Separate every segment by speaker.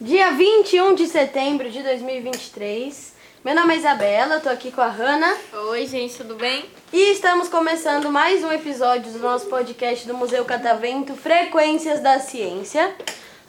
Speaker 1: Dia 21 de setembro de 2023. Meu nome é Isabela, eu tô aqui com a Hanna
Speaker 2: Oi, gente, tudo bem?
Speaker 1: e estamos começando mais um episódio do nosso podcast do Museu Catavento Frequências da Ciência.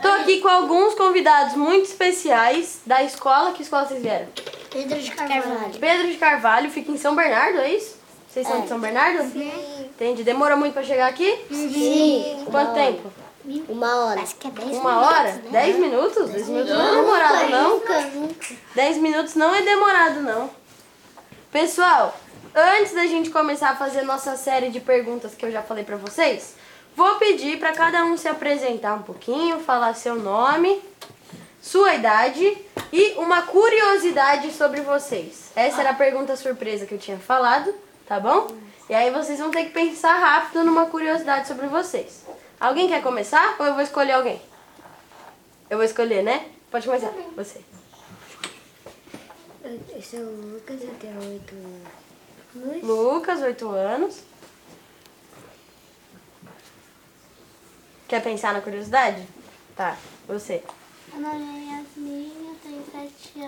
Speaker 1: Tô aqui com alguns convidados muito especiais da escola. Que escola vocês vieram?
Speaker 3: Pedro de Carvalho.
Speaker 1: Pedro de Carvalho, fica em São Bernardo, é isso? Vocês são de São Bernardo? Sim. Entendi. Demorou muito pra chegar aqui?
Speaker 3: Sim.
Speaker 1: Quanto tempo?
Speaker 3: Uma hora. Acho que é 10
Speaker 1: Uma hora? Dez minutos? Dez minutos não é demorado, não.
Speaker 3: Nunca, nunca.
Speaker 1: 10 minutos não é demorado, não. Pessoal, antes da gente começar a fazer nossa série de perguntas que eu já falei pra vocês, vou pedir pra cada um se apresentar um pouquinho, falar seu nome, sua idade e uma curiosidade sobre vocês. Essa era a pergunta surpresa que eu tinha falado, tá bom? E aí vocês vão ter que pensar rápido numa curiosidade sobre vocês. Alguém quer começar ou eu vou escolher alguém? Eu vou escolher, né? Pode começar, você.
Speaker 3: Eu sou o Lucas, eu tenho 8 anos.
Speaker 1: Lucas, 8 anos. Quer pensar na curiosidade? Tá, você.
Speaker 3: Meu nome é Yasmin, eu tenho 7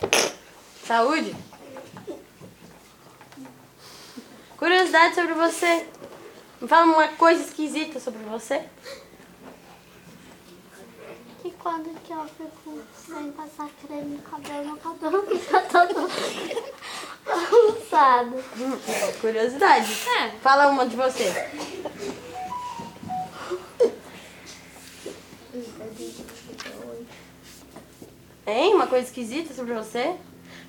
Speaker 3: anos.
Speaker 1: Saúde? Curiosidade sobre você. Me fala uma coisa esquisita sobre você.
Speaker 3: Que quando que eu fico sem passar creme no cabelo, meu cabelo fica todo balançado.
Speaker 1: Hum, Curiosidade.
Speaker 2: É.
Speaker 1: Fala uma de você. Hein? Uma coisa esquisita sobre você?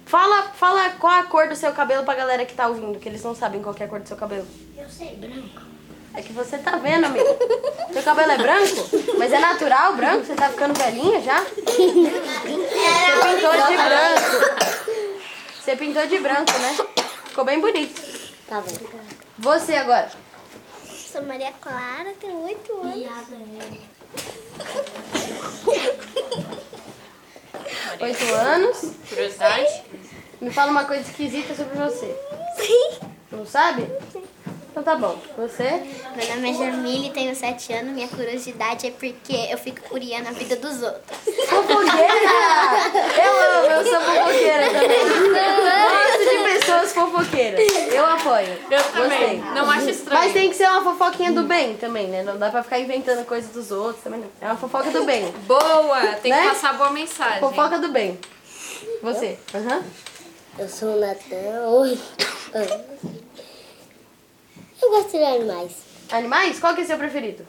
Speaker 1: Fala, fala qual a cor do seu cabelo pra galera que tá ouvindo, que eles não sabem qual que é a cor do seu cabelo.
Speaker 3: Eu sei, branco.
Speaker 1: É que você tá vendo, amigo. Seu cabelo é branco, mas é natural branco? Você tá ficando velhinha já? Você pintou de branco. Você pintou de branco, né? Ficou bem bonito.
Speaker 3: Tá bom.
Speaker 1: Você agora.
Speaker 3: Sou Maria Clara, tenho 8 anos.
Speaker 1: Oito anos.
Speaker 2: Curiosidade?
Speaker 1: Me fala uma coisa esquisita sobre você. Não sabe? Então tá bom. Você?
Speaker 3: Meu nome é Jamile, tenho 7 anos. Minha curiosidade é porque eu fico curiando a vida dos outros.
Speaker 1: Fofoqueira! Eu amo, eu sou fofoqueira também. Gosto de pessoas fofoqueiras. Eu apoio.
Speaker 2: Eu também.
Speaker 1: Gostei.
Speaker 2: Não acho
Speaker 1: Mas
Speaker 2: estranho.
Speaker 1: tem que ser uma fofoquinha
Speaker 2: Hum.
Speaker 1: do bem também, né? Não dá pra ficar inventando coisa dos outros também não. É uma fofoca do bem.
Speaker 2: Boa! Tem
Speaker 1: Né?
Speaker 2: que passar boa mensagem.
Speaker 1: Fofoca do bem. Você. Aham.
Speaker 4: Eu sou o Natan, oito anos. Eu gosto de animais.
Speaker 1: Animais? Qual que é seu preferido?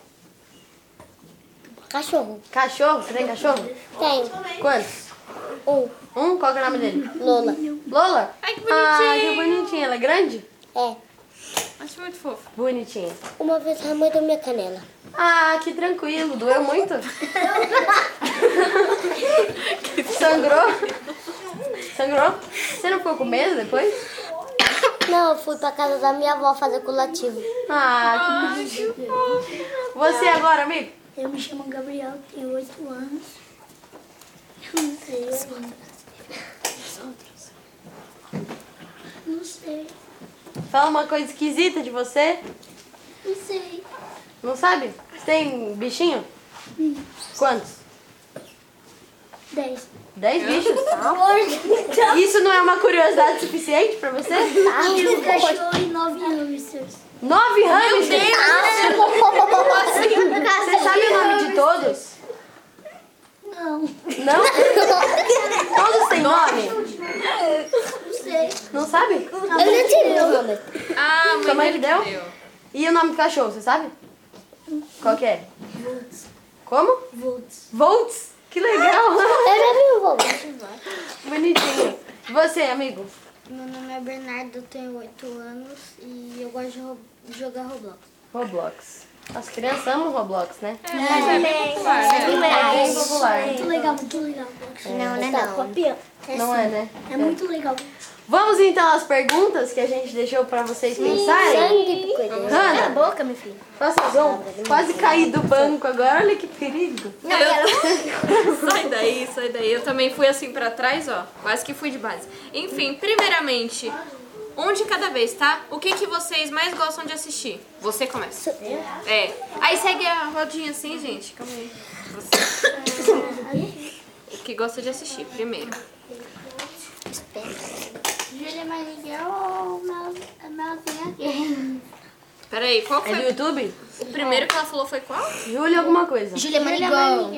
Speaker 4: Cachorro.
Speaker 1: Cachorro? Você tem cachorro?
Speaker 4: Tem
Speaker 1: Quantos?
Speaker 4: um.
Speaker 1: Um? Qual que é o nome dele?
Speaker 4: Lola.
Speaker 1: Lola?
Speaker 2: Ai, que
Speaker 1: Ah, que
Speaker 2: bonitinho.
Speaker 1: bonitinha. Ela é grande?
Speaker 4: É.
Speaker 2: Acho muito fofo.
Speaker 1: Bonitinha.
Speaker 4: Uma vez a mãe da minha canela.
Speaker 1: Ah, que tranquilo. Doeu muito? Sangrou? Sangrou? Você não ficou com medo depois?
Speaker 4: Não, eu fui pra casa da minha avó fazer culativo.
Speaker 1: Ah,
Speaker 2: Ai, que fofo.
Speaker 1: que... você agora, amigo?
Speaker 3: Eu me chamo Gabriel, tenho 8 anos. Eu não sei. Não sei.
Speaker 1: Fala uma coisa esquisita de você.
Speaker 3: Não sei.
Speaker 1: Não sabe? Você tem bichinho? Quantos?
Speaker 3: 10.
Speaker 1: Dez bichos? Isso não é uma curiosidade suficiente pra você?
Speaker 3: Tenho um cachorro e 9 hamsters.
Speaker 1: Nove hamsters? Você sabe o nome de todos?
Speaker 3: Não.
Speaker 1: Não? Todos têm nome?
Speaker 3: Não sei.
Speaker 1: Não sabe?
Speaker 4: Eu não tive o nome.
Speaker 2: Ah,
Speaker 1: Sua mãe
Speaker 2: mãe
Speaker 1: é que
Speaker 2: dele
Speaker 1: deu? E o nome do cachorro, você sabe? Qual que é? Como?
Speaker 3: Volts.
Speaker 1: Volts? Que legal!
Speaker 4: Eu já vi um o nome.
Speaker 1: Bonitinho. Você, amigo?
Speaker 3: Meu nome é Bernardo, eu tenho 8 anos e eu gosto de ro- jogar Roblox.
Speaker 1: Roblox. As crianças amam Roblox, né?
Speaker 2: É, mas é bem popular, né?
Speaker 1: É bem popular.
Speaker 3: Muito legal, muito legal.
Speaker 4: Não, né, não.
Speaker 1: Não é, né?
Speaker 3: É muito legal.
Speaker 1: Vamos então às perguntas que a gente deixou pra vocês pensarem.
Speaker 4: Sangue, coisa.
Speaker 1: Hanna,
Speaker 3: boca, meu filho.
Speaker 1: nossa, eu quase caí do banco agora, olha que perigo.
Speaker 2: Eu- Só isso aí daí. Eu também fui assim pra trás, ó. Quase que fui de base. Enfim, primeiramente, um de cada vez, tá? O que, que vocês mais gostam de assistir? Você começa. É. Aí segue a rodinha assim, gente. Calma aí. Você. O que gosta de assistir, primeiro.
Speaker 3: Júlia Marigão ou Mel, Melzinha Games?
Speaker 2: Peraí, qual
Speaker 1: É do
Speaker 2: foi?
Speaker 1: YouTube?
Speaker 2: O primeiro que ela falou foi qual?
Speaker 1: Júlia alguma coisa.
Speaker 4: Júlia
Speaker 3: Júlia
Speaker 4: Marigol.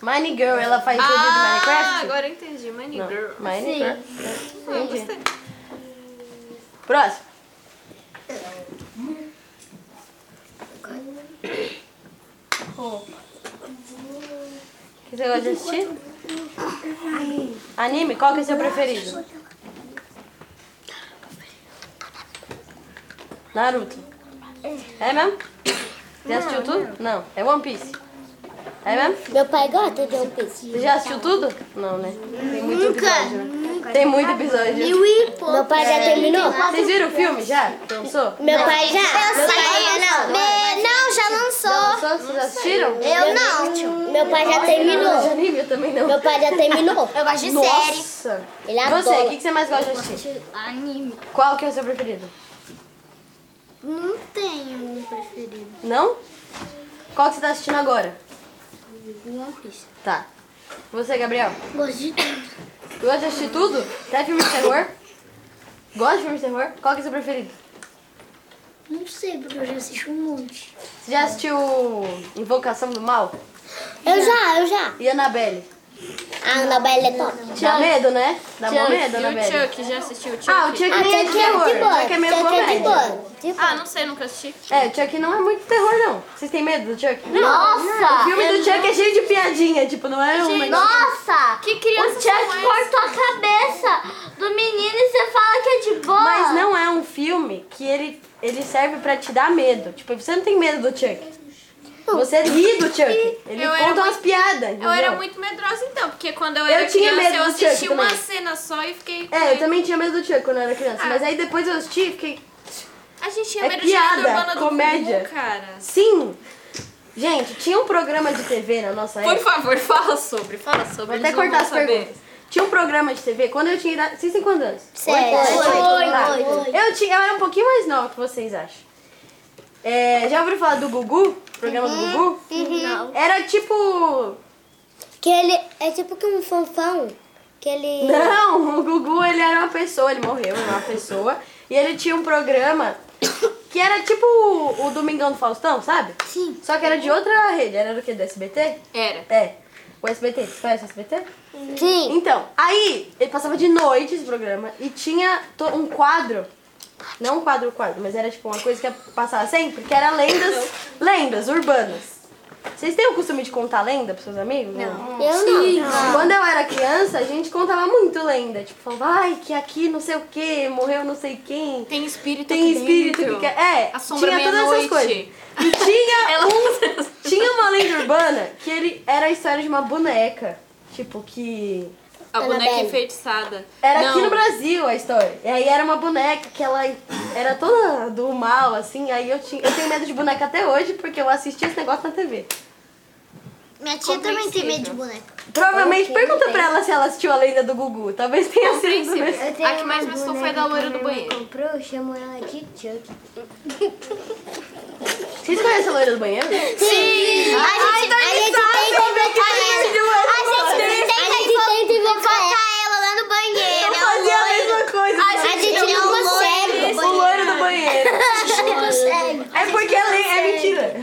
Speaker 3: Marigão.
Speaker 1: Mine Girl, ela faz vídeo de
Speaker 2: Ah,
Speaker 1: Minecraft?
Speaker 2: agora eu entendi. Money
Speaker 1: Não,
Speaker 2: Girl.
Speaker 1: Mine
Speaker 3: Sim.
Speaker 1: Girl.
Speaker 2: Ah, eu gostei.
Speaker 1: Próximo. O que você gosta de assistir? Anime, qual que é seu preferido? Naruto. É mesmo? Já assistiu tudo? Não. É One Piece. É mesmo?
Speaker 4: Meu pai gosta de um peixe.
Speaker 1: Você já assistiu tudo? Não, né? Tem muito episódio. né? Tem muito episódio.
Speaker 5: Tipo,
Speaker 4: Meu pai
Speaker 5: é,
Speaker 4: já terminou?
Speaker 1: Vocês viram o filme já? Lançou?
Speaker 4: Meu pai já? Meu pai já não.
Speaker 5: não, já lançou.
Speaker 1: Lançou? Vocês assistiram?
Speaker 5: Eu não.
Speaker 4: Meu pai já
Speaker 1: Não,
Speaker 4: terminou.
Speaker 1: anime eu também não.
Speaker 4: Meu pai já terminou.
Speaker 5: Eu gosto de série.
Speaker 1: Nossa!
Speaker 4: Ele
Speaker 1: Você, o
Speaker 4: adora.
Speaker 1: que que você mais gosta de assistir?
Speaker 3: Anime.
Speaker 1: Qual que é o seu preferido?
Speaker 3: Não tenho um preferido.
Speaker 1: Não? Qual que você tá assistindo agora?
Speaker 3: Uma pista.
Speaker 1: Tá. Você, Gabriel?
Speaker 3: Gosto de tudo.
Speaker 1: Gosta de assistir tudo? Até filme de terror? Gosta de filme de terror? Qual que é o seu preferido?
Speaker 3: Não sei, porque eu já assisti um monte.
Speaker 1: Você já assistiu Invocação do Mal?
Speaker 2: é?
Speaker 4: Eu já, eu já.
Speaker 1: E Annabelle?
Speaker 4: A Anabelle é top.
Speaker 1: Dá medo, né? Dá bom
Speaker 4: Chuck.
Speaker 1: medo,
Speaker 2: E o
Speaker 1: Annabelle?
Speaker 2: Chuck, já assistiu o Chuck?
Speaker 1: Ah, o Chuck
Speaker 4: A
Speaker 1: nem é de
Speaker 4: Chuck é
Speaker 1: terror.
Speaker 4: de boa.
Speaker 1: Chuck é meio
Speaker 4: Chuck é de
Speaker 1: comédia.
Speaker 4: boa. De boa.
Speaker 2: Ah, não sei, nunca assisti.
Speaker 1: É, o Chuck não é muito terror, não. Vocês têm medo do Chuck? O
Speaker 5: Nossa!
Speaker 1: filme do Chuck é cheio de piadinha, tipo, não é um negócio...
Speaker 5: Nossa!
Speaker 2: Que criança
Speaker 5: O
Speaker 2: são
Speaker 5: Chuck
Speaker 2: essas?
Speaker 5: cortou a cabeça do menino e você fala que é de boa.
Speaker 1: Mas não é um filme que ele, ele serve pra te dar medo. Tipo, você não tem medo do Chuck. Você ri do Chuck. Ele
Speaker 2: Eu era
Speaker 1: conta umas
Speaker 2: muito-
Speaker 1: piadas.
Speaker 2: Eu era
Speaker 1: entendeu?
Speaker 2: muito medrosa então, porque quando eu
Speaker 1: Eu
Speaker 2: era
Speaker 1: tinha
Speaker 2: criança
Speaker 1: medo
Speaker 2: eu
Speaker 1: do Chuck
Speaker 2: assisti uma
Speaker 1: também.
Speaker 2: cena só e fiquei. com
Speaker 1: É, eu
Speaker 2: medo.
Speaker 1: também tinha medo do Chuck quando eu era criança.
Speaker 2: Ah.
Speaker 1: Mas aí depois eu assisti e fiquei.
Speaker 2: A gente tinha
Speaker 1: É
Speaker 2: medo de
Speaker 1: piada,
Speaker 2: lenda urbana do
Speaker 1: comédia.
Speaker 2: Gugu, cara.
Speaker 1: Sim! Gente, tinha um programa de TV na nossa
Speaker 2: Por
Speaker 1: época.
Speaker 2: favor, fala sobre, fala sobre.
Speaker 1: É. Vou até
Speaker 2: eles não
Speaker 1: cortar as
Speaker 2: vão saber.
Speaker 1: perguntas. Tinha um programa de TV quando eu tinha idade. Vocês têm quantos anos?
Speaker 4: Sério.
Speaker 1: Tá. Eu, tinha, eu era um pouquinho mais nova que vocês acham. É, já ouviram falar do Gugu? Programa do Gugu? Não. Era tipo.
Speaker 4: Que ele é tipo que um fanfão. Que ele.
Speaker 1: Não, o Gugu ele era uma pessoa, ele morreu, era uma pessoa. E ele tinha um programa que era tipo o, o Domingão do Faustão, sabe? Sim. Só que era de outra rede, era do que? Do SBT?
Speaker 2: Era.
Speaker 1: É. O SBT, você conhece o SBT?
Speaker 4: Sim.
Speaker 1: Então, aí ele passava de noite esse programa e tinha to- um quadro. Não um quadro, quadro, mas era tipo uma coisa que passava sempre, que era lendas, lendas urbanas. Vocês têm o costume de contar lenda pros seus amigos? Não.
Speaker 4: Eu não.
Speaker 1: Quando eu era criança, a gente contava muito lenda. Tipo, falava, ai, que aqui não sei o que, morreu não sei quem.
Speaker 2: Tem espírito
Speaker 1: Tem
Speaker 2: aqui
Speaker 1: espírito
Speaker 2: dentro.
Speaker 1: que quer. É,
Speaker 2: A sombra
Speaker 1: tinha todas essas
Speaker 2: meia-noite.
Speaker 1: coisas. E tinha,
Speaker 2: Ela
Speaker 1: tinha uma lenda urbana que ele era a história de uma boneca. Tipo, que.
Speaker 2: A boneca
Speaker 4: Annabelle.
Speaker 2: enfeitiçada.
Speaker 1: Era
Speaker 2: Não.
Speaker 1: aqui no Brasil a história. E aí era uma boneca que ela era toda do mal, assim. Aí eu, tinha, eu tenho medo de boneca até hoje, porque eu assisti esse negócio na TV.
Speaker 5: Minha tia também tem medo de boneca.
Speaker 1: Provavelmente, pergunta pra ela se ela assistiu a lenda do Gugu. Talvez tenha sido. né?
Speaker 2: Compreensível. A que
Speaker 4: um
Speaker 2: mais me assustou foi a da loira do banheiro.
Speaker 4: comprou, chamou ela de Chuck.
Speaker 1: Vocês conhecem a loira do banheiro?
Speaker 5: Sim! A gente,
Speaker 4: A gente tenta invocar ela.
Speaker 5: a gente
Speaker 4: A gente tenta invocar ela.
Speaker 5: tá ela lá no
Speaker 1: Eu
Speaker 5: banheiro.
Speaker 1: fazia a mesma coisa.
Speaker 4: A gente não consegue.
Speaker 1: O loiro do banheiro. É porque a lei é mentira.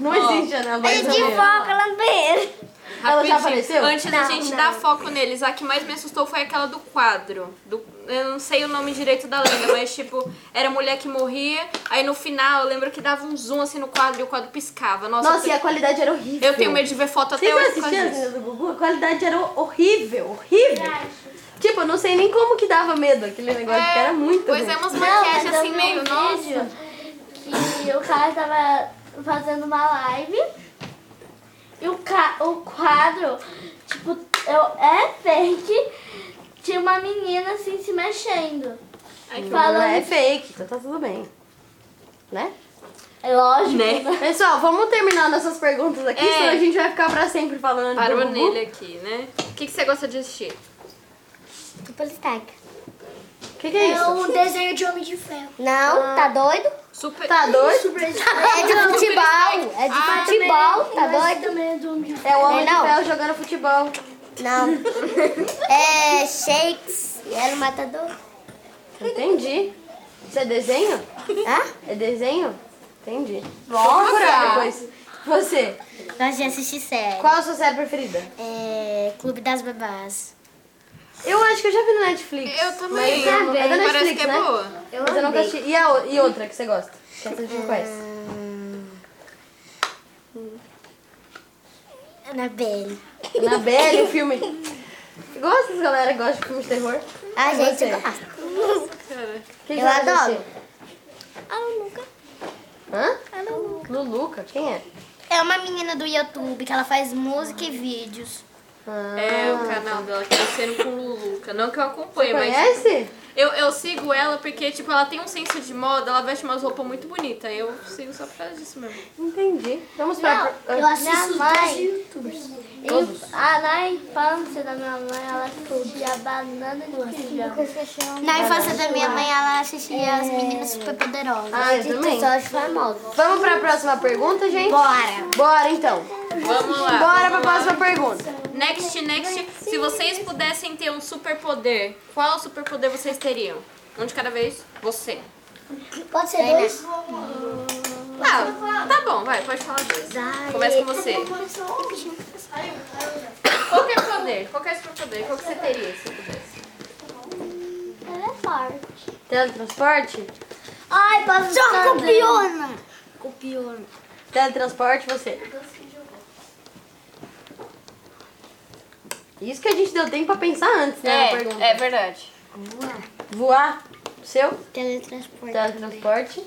Speaker 1: Não existe né? a
Speaker 4: é
Speaker 1: loira do banheiro.
Speaker 5: foca lá no banheiro.
Speaker 1: Ela já
Speaker 2: Rapidinho.
Speaker 1: apareceu?
Speaker 2: Antes da gente dar foco neles, a que mais me assustou foi aquela do quadro. Do, eu não sei o nome direito da lenda, mas tipo, era a mulher que morria, aí no final eu lembro que dava um zoom assim no quadro e o quadro piscava. Nossa,
Speaker 1: Nossa, e
Speaker 2: eu,
Speaker 1: a qualidade era horrível.
Speaker 2: eu tenho medo de ver foto até
Speaker 1: Vocês
Speaker 2: hoje por
Speaker 1: assistiram a
Speaker 2: causa disso.
Speaker 1: cena do Gugu? A qualidade era horrível, horrível. Tipo, eu não sei nem como que dava medo aquele negócio, porque era muito
Speaker 2: pois
Speaker 1: ruim.
Speaker 2: é, umas
Speaker 3: Não,
Speaker 2: maquiagens
Speaker 3: mas eu
Speaker 2: assim
Speaker 3: vi
Speaker 2: meio,
Speaker 3: um
Speaker 2: nossa.
Speaker 3: vídeo que o cara tava fazendo uma live e o, ca... o quadro, tipo, eu- é fake, tinha uma menina assim se mexendo.
Speaker 2: Ai, que
Speaker 1: Não
Speaker 3: falando
Speaker 1: é fake, então tá tudo bem. Né?
Speaker 3: É lógico,
Speaker 2: Né?
Speaker 3: né?
Speaker 1: Pessoal, vamos terminar nossas perguntas aqui,
Speaker 2: É.
Speaker 1: senão a gente vai ficar pra sempre falando de
Speaker 2: Parou
Speaker 1: Bubu.
Speaker 2: nele aqui, né? O que, que você gosta de assistir?
Speaker 4: Tipo, Superstack.
Speaker 1: O que, que é isso?
Speaker 5: um desenho de homem de ferro.
Speaker 4: Não, tá doido?
Speaker 2: Super.
Speaker 1: Tá doido?
Speaker 4: É de futebol. É de
Speaker 2: Ah,
Speaker 4: futebol, tá doido?
Speaker 5: também é do homem de ferro.
Speaker 1: É o Homem
Speaker 4: É, não.
Speaker 1: de Ferro jogando futebol.
Speaker 4: Não. É Shakespeare. Era o matador.
Speaker 1: Entendi. Isso é desenho?
Speaker 4: Hã?
Speaker 1: É desenho? Entendi. Vou procurar depois. Você,
Speaker 4: Gosto de assistir série.
Speaker 1: qual a sua série preferida?
Speaker 4: É Clube das Babás.
Speaker 1: Eu acho que eu já vi no Netflix.
Speaker 2: Eu também.
Speaker 1: Mas eu nunca- é da Netflix,
Speaker 2: Parece que é
Speaker 1: né?
Speaker 2: boa.
Speaker 1: Mas eu nunca assisti. E, a, o- e outra que você gosta? Que
Speaker 2: É,
Speaker 1: essa a gente não conhece.
Speaker 4: Anabelle.
Speaker 1: Anabelle, o filme. Gosta das galera que gosta de filme de terror? O
Speaker 4: A Ah, gente
Speaker 1: você?
Speaker 4: gosta.
Speaker 1: que que
Speaker 4: Eu
Speaker 1: você gosta de
Speaker 4: adoro.
Speaker 1: assistir?
Speaker 4: Ela nunca.
Speaker 1: Hã?
Speaker 4: Ela nunca.
Speaker 1: Luluca? Quem é?
Speaker 4: É uma menina do YouTube que ela faz música e vídeos.
Speaker 1: Ah,
Speaker 2: É o canal dela, Crescendo com Luluca. Não que eu acompanhe, É, mas.
Speaker 1: Conhece?
Speaker 2: Eu, eu sigo ela porque, tipo, ela tem um senso de moda, ela veste umas roupas muito bonitas. Eu sigo só por causa disso mesmo.
Speaker 1: Entendi. Vamos pra.
Speaker 3: Eu assisto os
Speaker 5: Minha mãe.
Speaker 3: dois youtubers.
Speaker 1: Todos.
Speaker 3: E a, na infância da minha mãe, ela comia banana de pijama.
Speaker 4: Na infância da minha mãe, ela assistia as meninas super poderosas.
Speaker 1: Ah, eu também.
Speaker 4: Só os famosos.
Speaker 1: Vamos pra próxima pergunta, gente?
Speaker 4: Bora.
Speaker 1: Bora então.
Speaker 2: Vamos
Speaker 1: Bora
Speaker 2: lá.
Speaker 1: pra
Speaker 2: vamos lá.
Speaker 1: próxima pergunta.
Speaker 2: Next, next. Se vocês pudessem ter um superpoder, qual superpoder vocês teriam? Um de cada vez? Você.
Speaker 5: Pode ser
Speaker 4: né?
Speaker 5: dois?
Speaker 2: Ah, tá bom, vai, pode falar dois. Começa com você. Qualquer poder, qualquer superpoder, qual que você teria se pudesse?
Speaker 5: Ela é forte.
Speaker 1: Teletransporte?
Speaker 5: Ai, posso Joga o pior.
Speaker 4: Copiona.
Speaker 1: Teletransporte, você. Isso que a gente deu tempo pra pensar antes, né? na pergunta.
Speaker 2: É, é verdade.
Speaker 1: Voar, seu.
Speaker 4: Teletransporte. Tá.
Speaker 1: Teletransporte.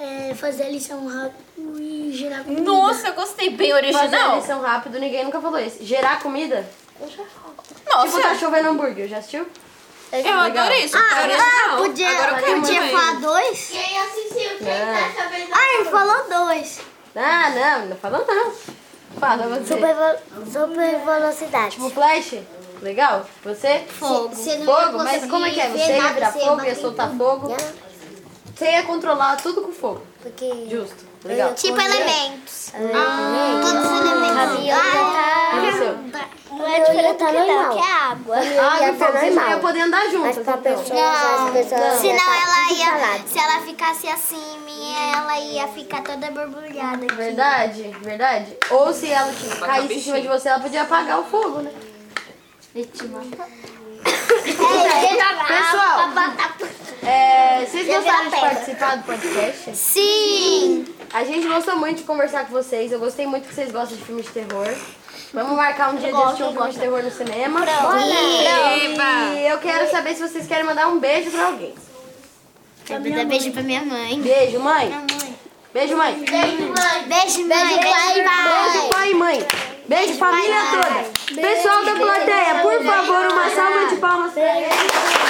Speaker 5: É, fazer a lição rápido e girar com
Speaker 2: Nossa, eu gostei, bem
Speaker 1: Fazer a
Speaker 2: original.
Speaker 1: lição rápido, ninguém nunca falou isso. Gerar comida. Tipo, tá
Speaker 2: Nossa,
Speaker 1: chovendo hambúrguer, já assistiu?
Speaker 2: eu adorei isso.
Speaker 1: é?
Speaker 2: Ah, original.
Speaker 4: Podia,
Speaker 2: Agora eu quero
Speaker 4: podia
Speaker 2: muito
Speaker 4: falar
Speaker 2: ainda.
Speaker 4: dois?
Speaker 5: Quem assistiu? Quem
Speaker 3: É,
Speaker 1: Ah.
Speaker 5: tá sabendo?
Speaker 4: Ah, ele falou dois.
Speaker 1: Ah, não, não falou não. Fala você.
Speaker 4: super velocidade.
Speaker 1: Tipo, flash? Legal. Você?
Speaker 4: Fogo. Você não ia
Speaker 1: Fogo? Mas
Speaker 4: conseguir
Speaker 1: como é que é?
Speaker 4: ver
Speaker 1: Você ia
Speaker 4: nada,
Speaker 1: virar
Speaker 4: você ia
Speaker 1: fogo,
Speaker 4: bater
Speaker 1: ia
Speaker 4: em
Speaker 1: soltar fogo. Você ia controlar tudo com fogo.
Speaker 4: Porque...
Speaker 1: Justo. Legal.
Speaker 4: Tipo elementos.
Speaker 1: Ah,
Speaker 4: Todos os elementos. Ah,
Speaker 1: e você?
Speaker 4: não é diferente tá normal. que é água.
Speaker 1: Ah, que fogo. Vocês não iam poder andar juntas, então.
Speaker 4: Não, senão ela ia, se ela ficasse assim, minha, ela ia ficar toda borbulhada.
Speaker 1: Verdade, verdade. Ou se ela tipo,
Speaker 2: Vai
Speaker 1: caísse em
Speaker 2: cabecinha.
Speaker 1: cima de você, ela podia apagar o fogo, né?
Speaker 3: Ah,
Speaker 1: Pessoal, é, vocês gostaram de participar do podcast?
Speaker 4: Sim!
Speaker 1: A gente gostou muito de conversar com vocês. Eu gostei muito que vocês gostam de filmes de terror. Vamos marcar um dia de assistir um filme de terror no cinema. Bora.
Speaker 2: Eba!
Speaker 1: E eu quero saber se vocês querem mandar um beijo pra alguém.
Speaker 4: Quero dar beijo pra minha mãe.
Speaker 1: Beijo, mãe. Beijo, mãe.
Speaker 4: Beijo, mãe. Beijo, pai,
Speaker 1: Beijo, pai e mãe. Beijo, família toda. Pessoal da plateia, por favor, uma salva de palmas.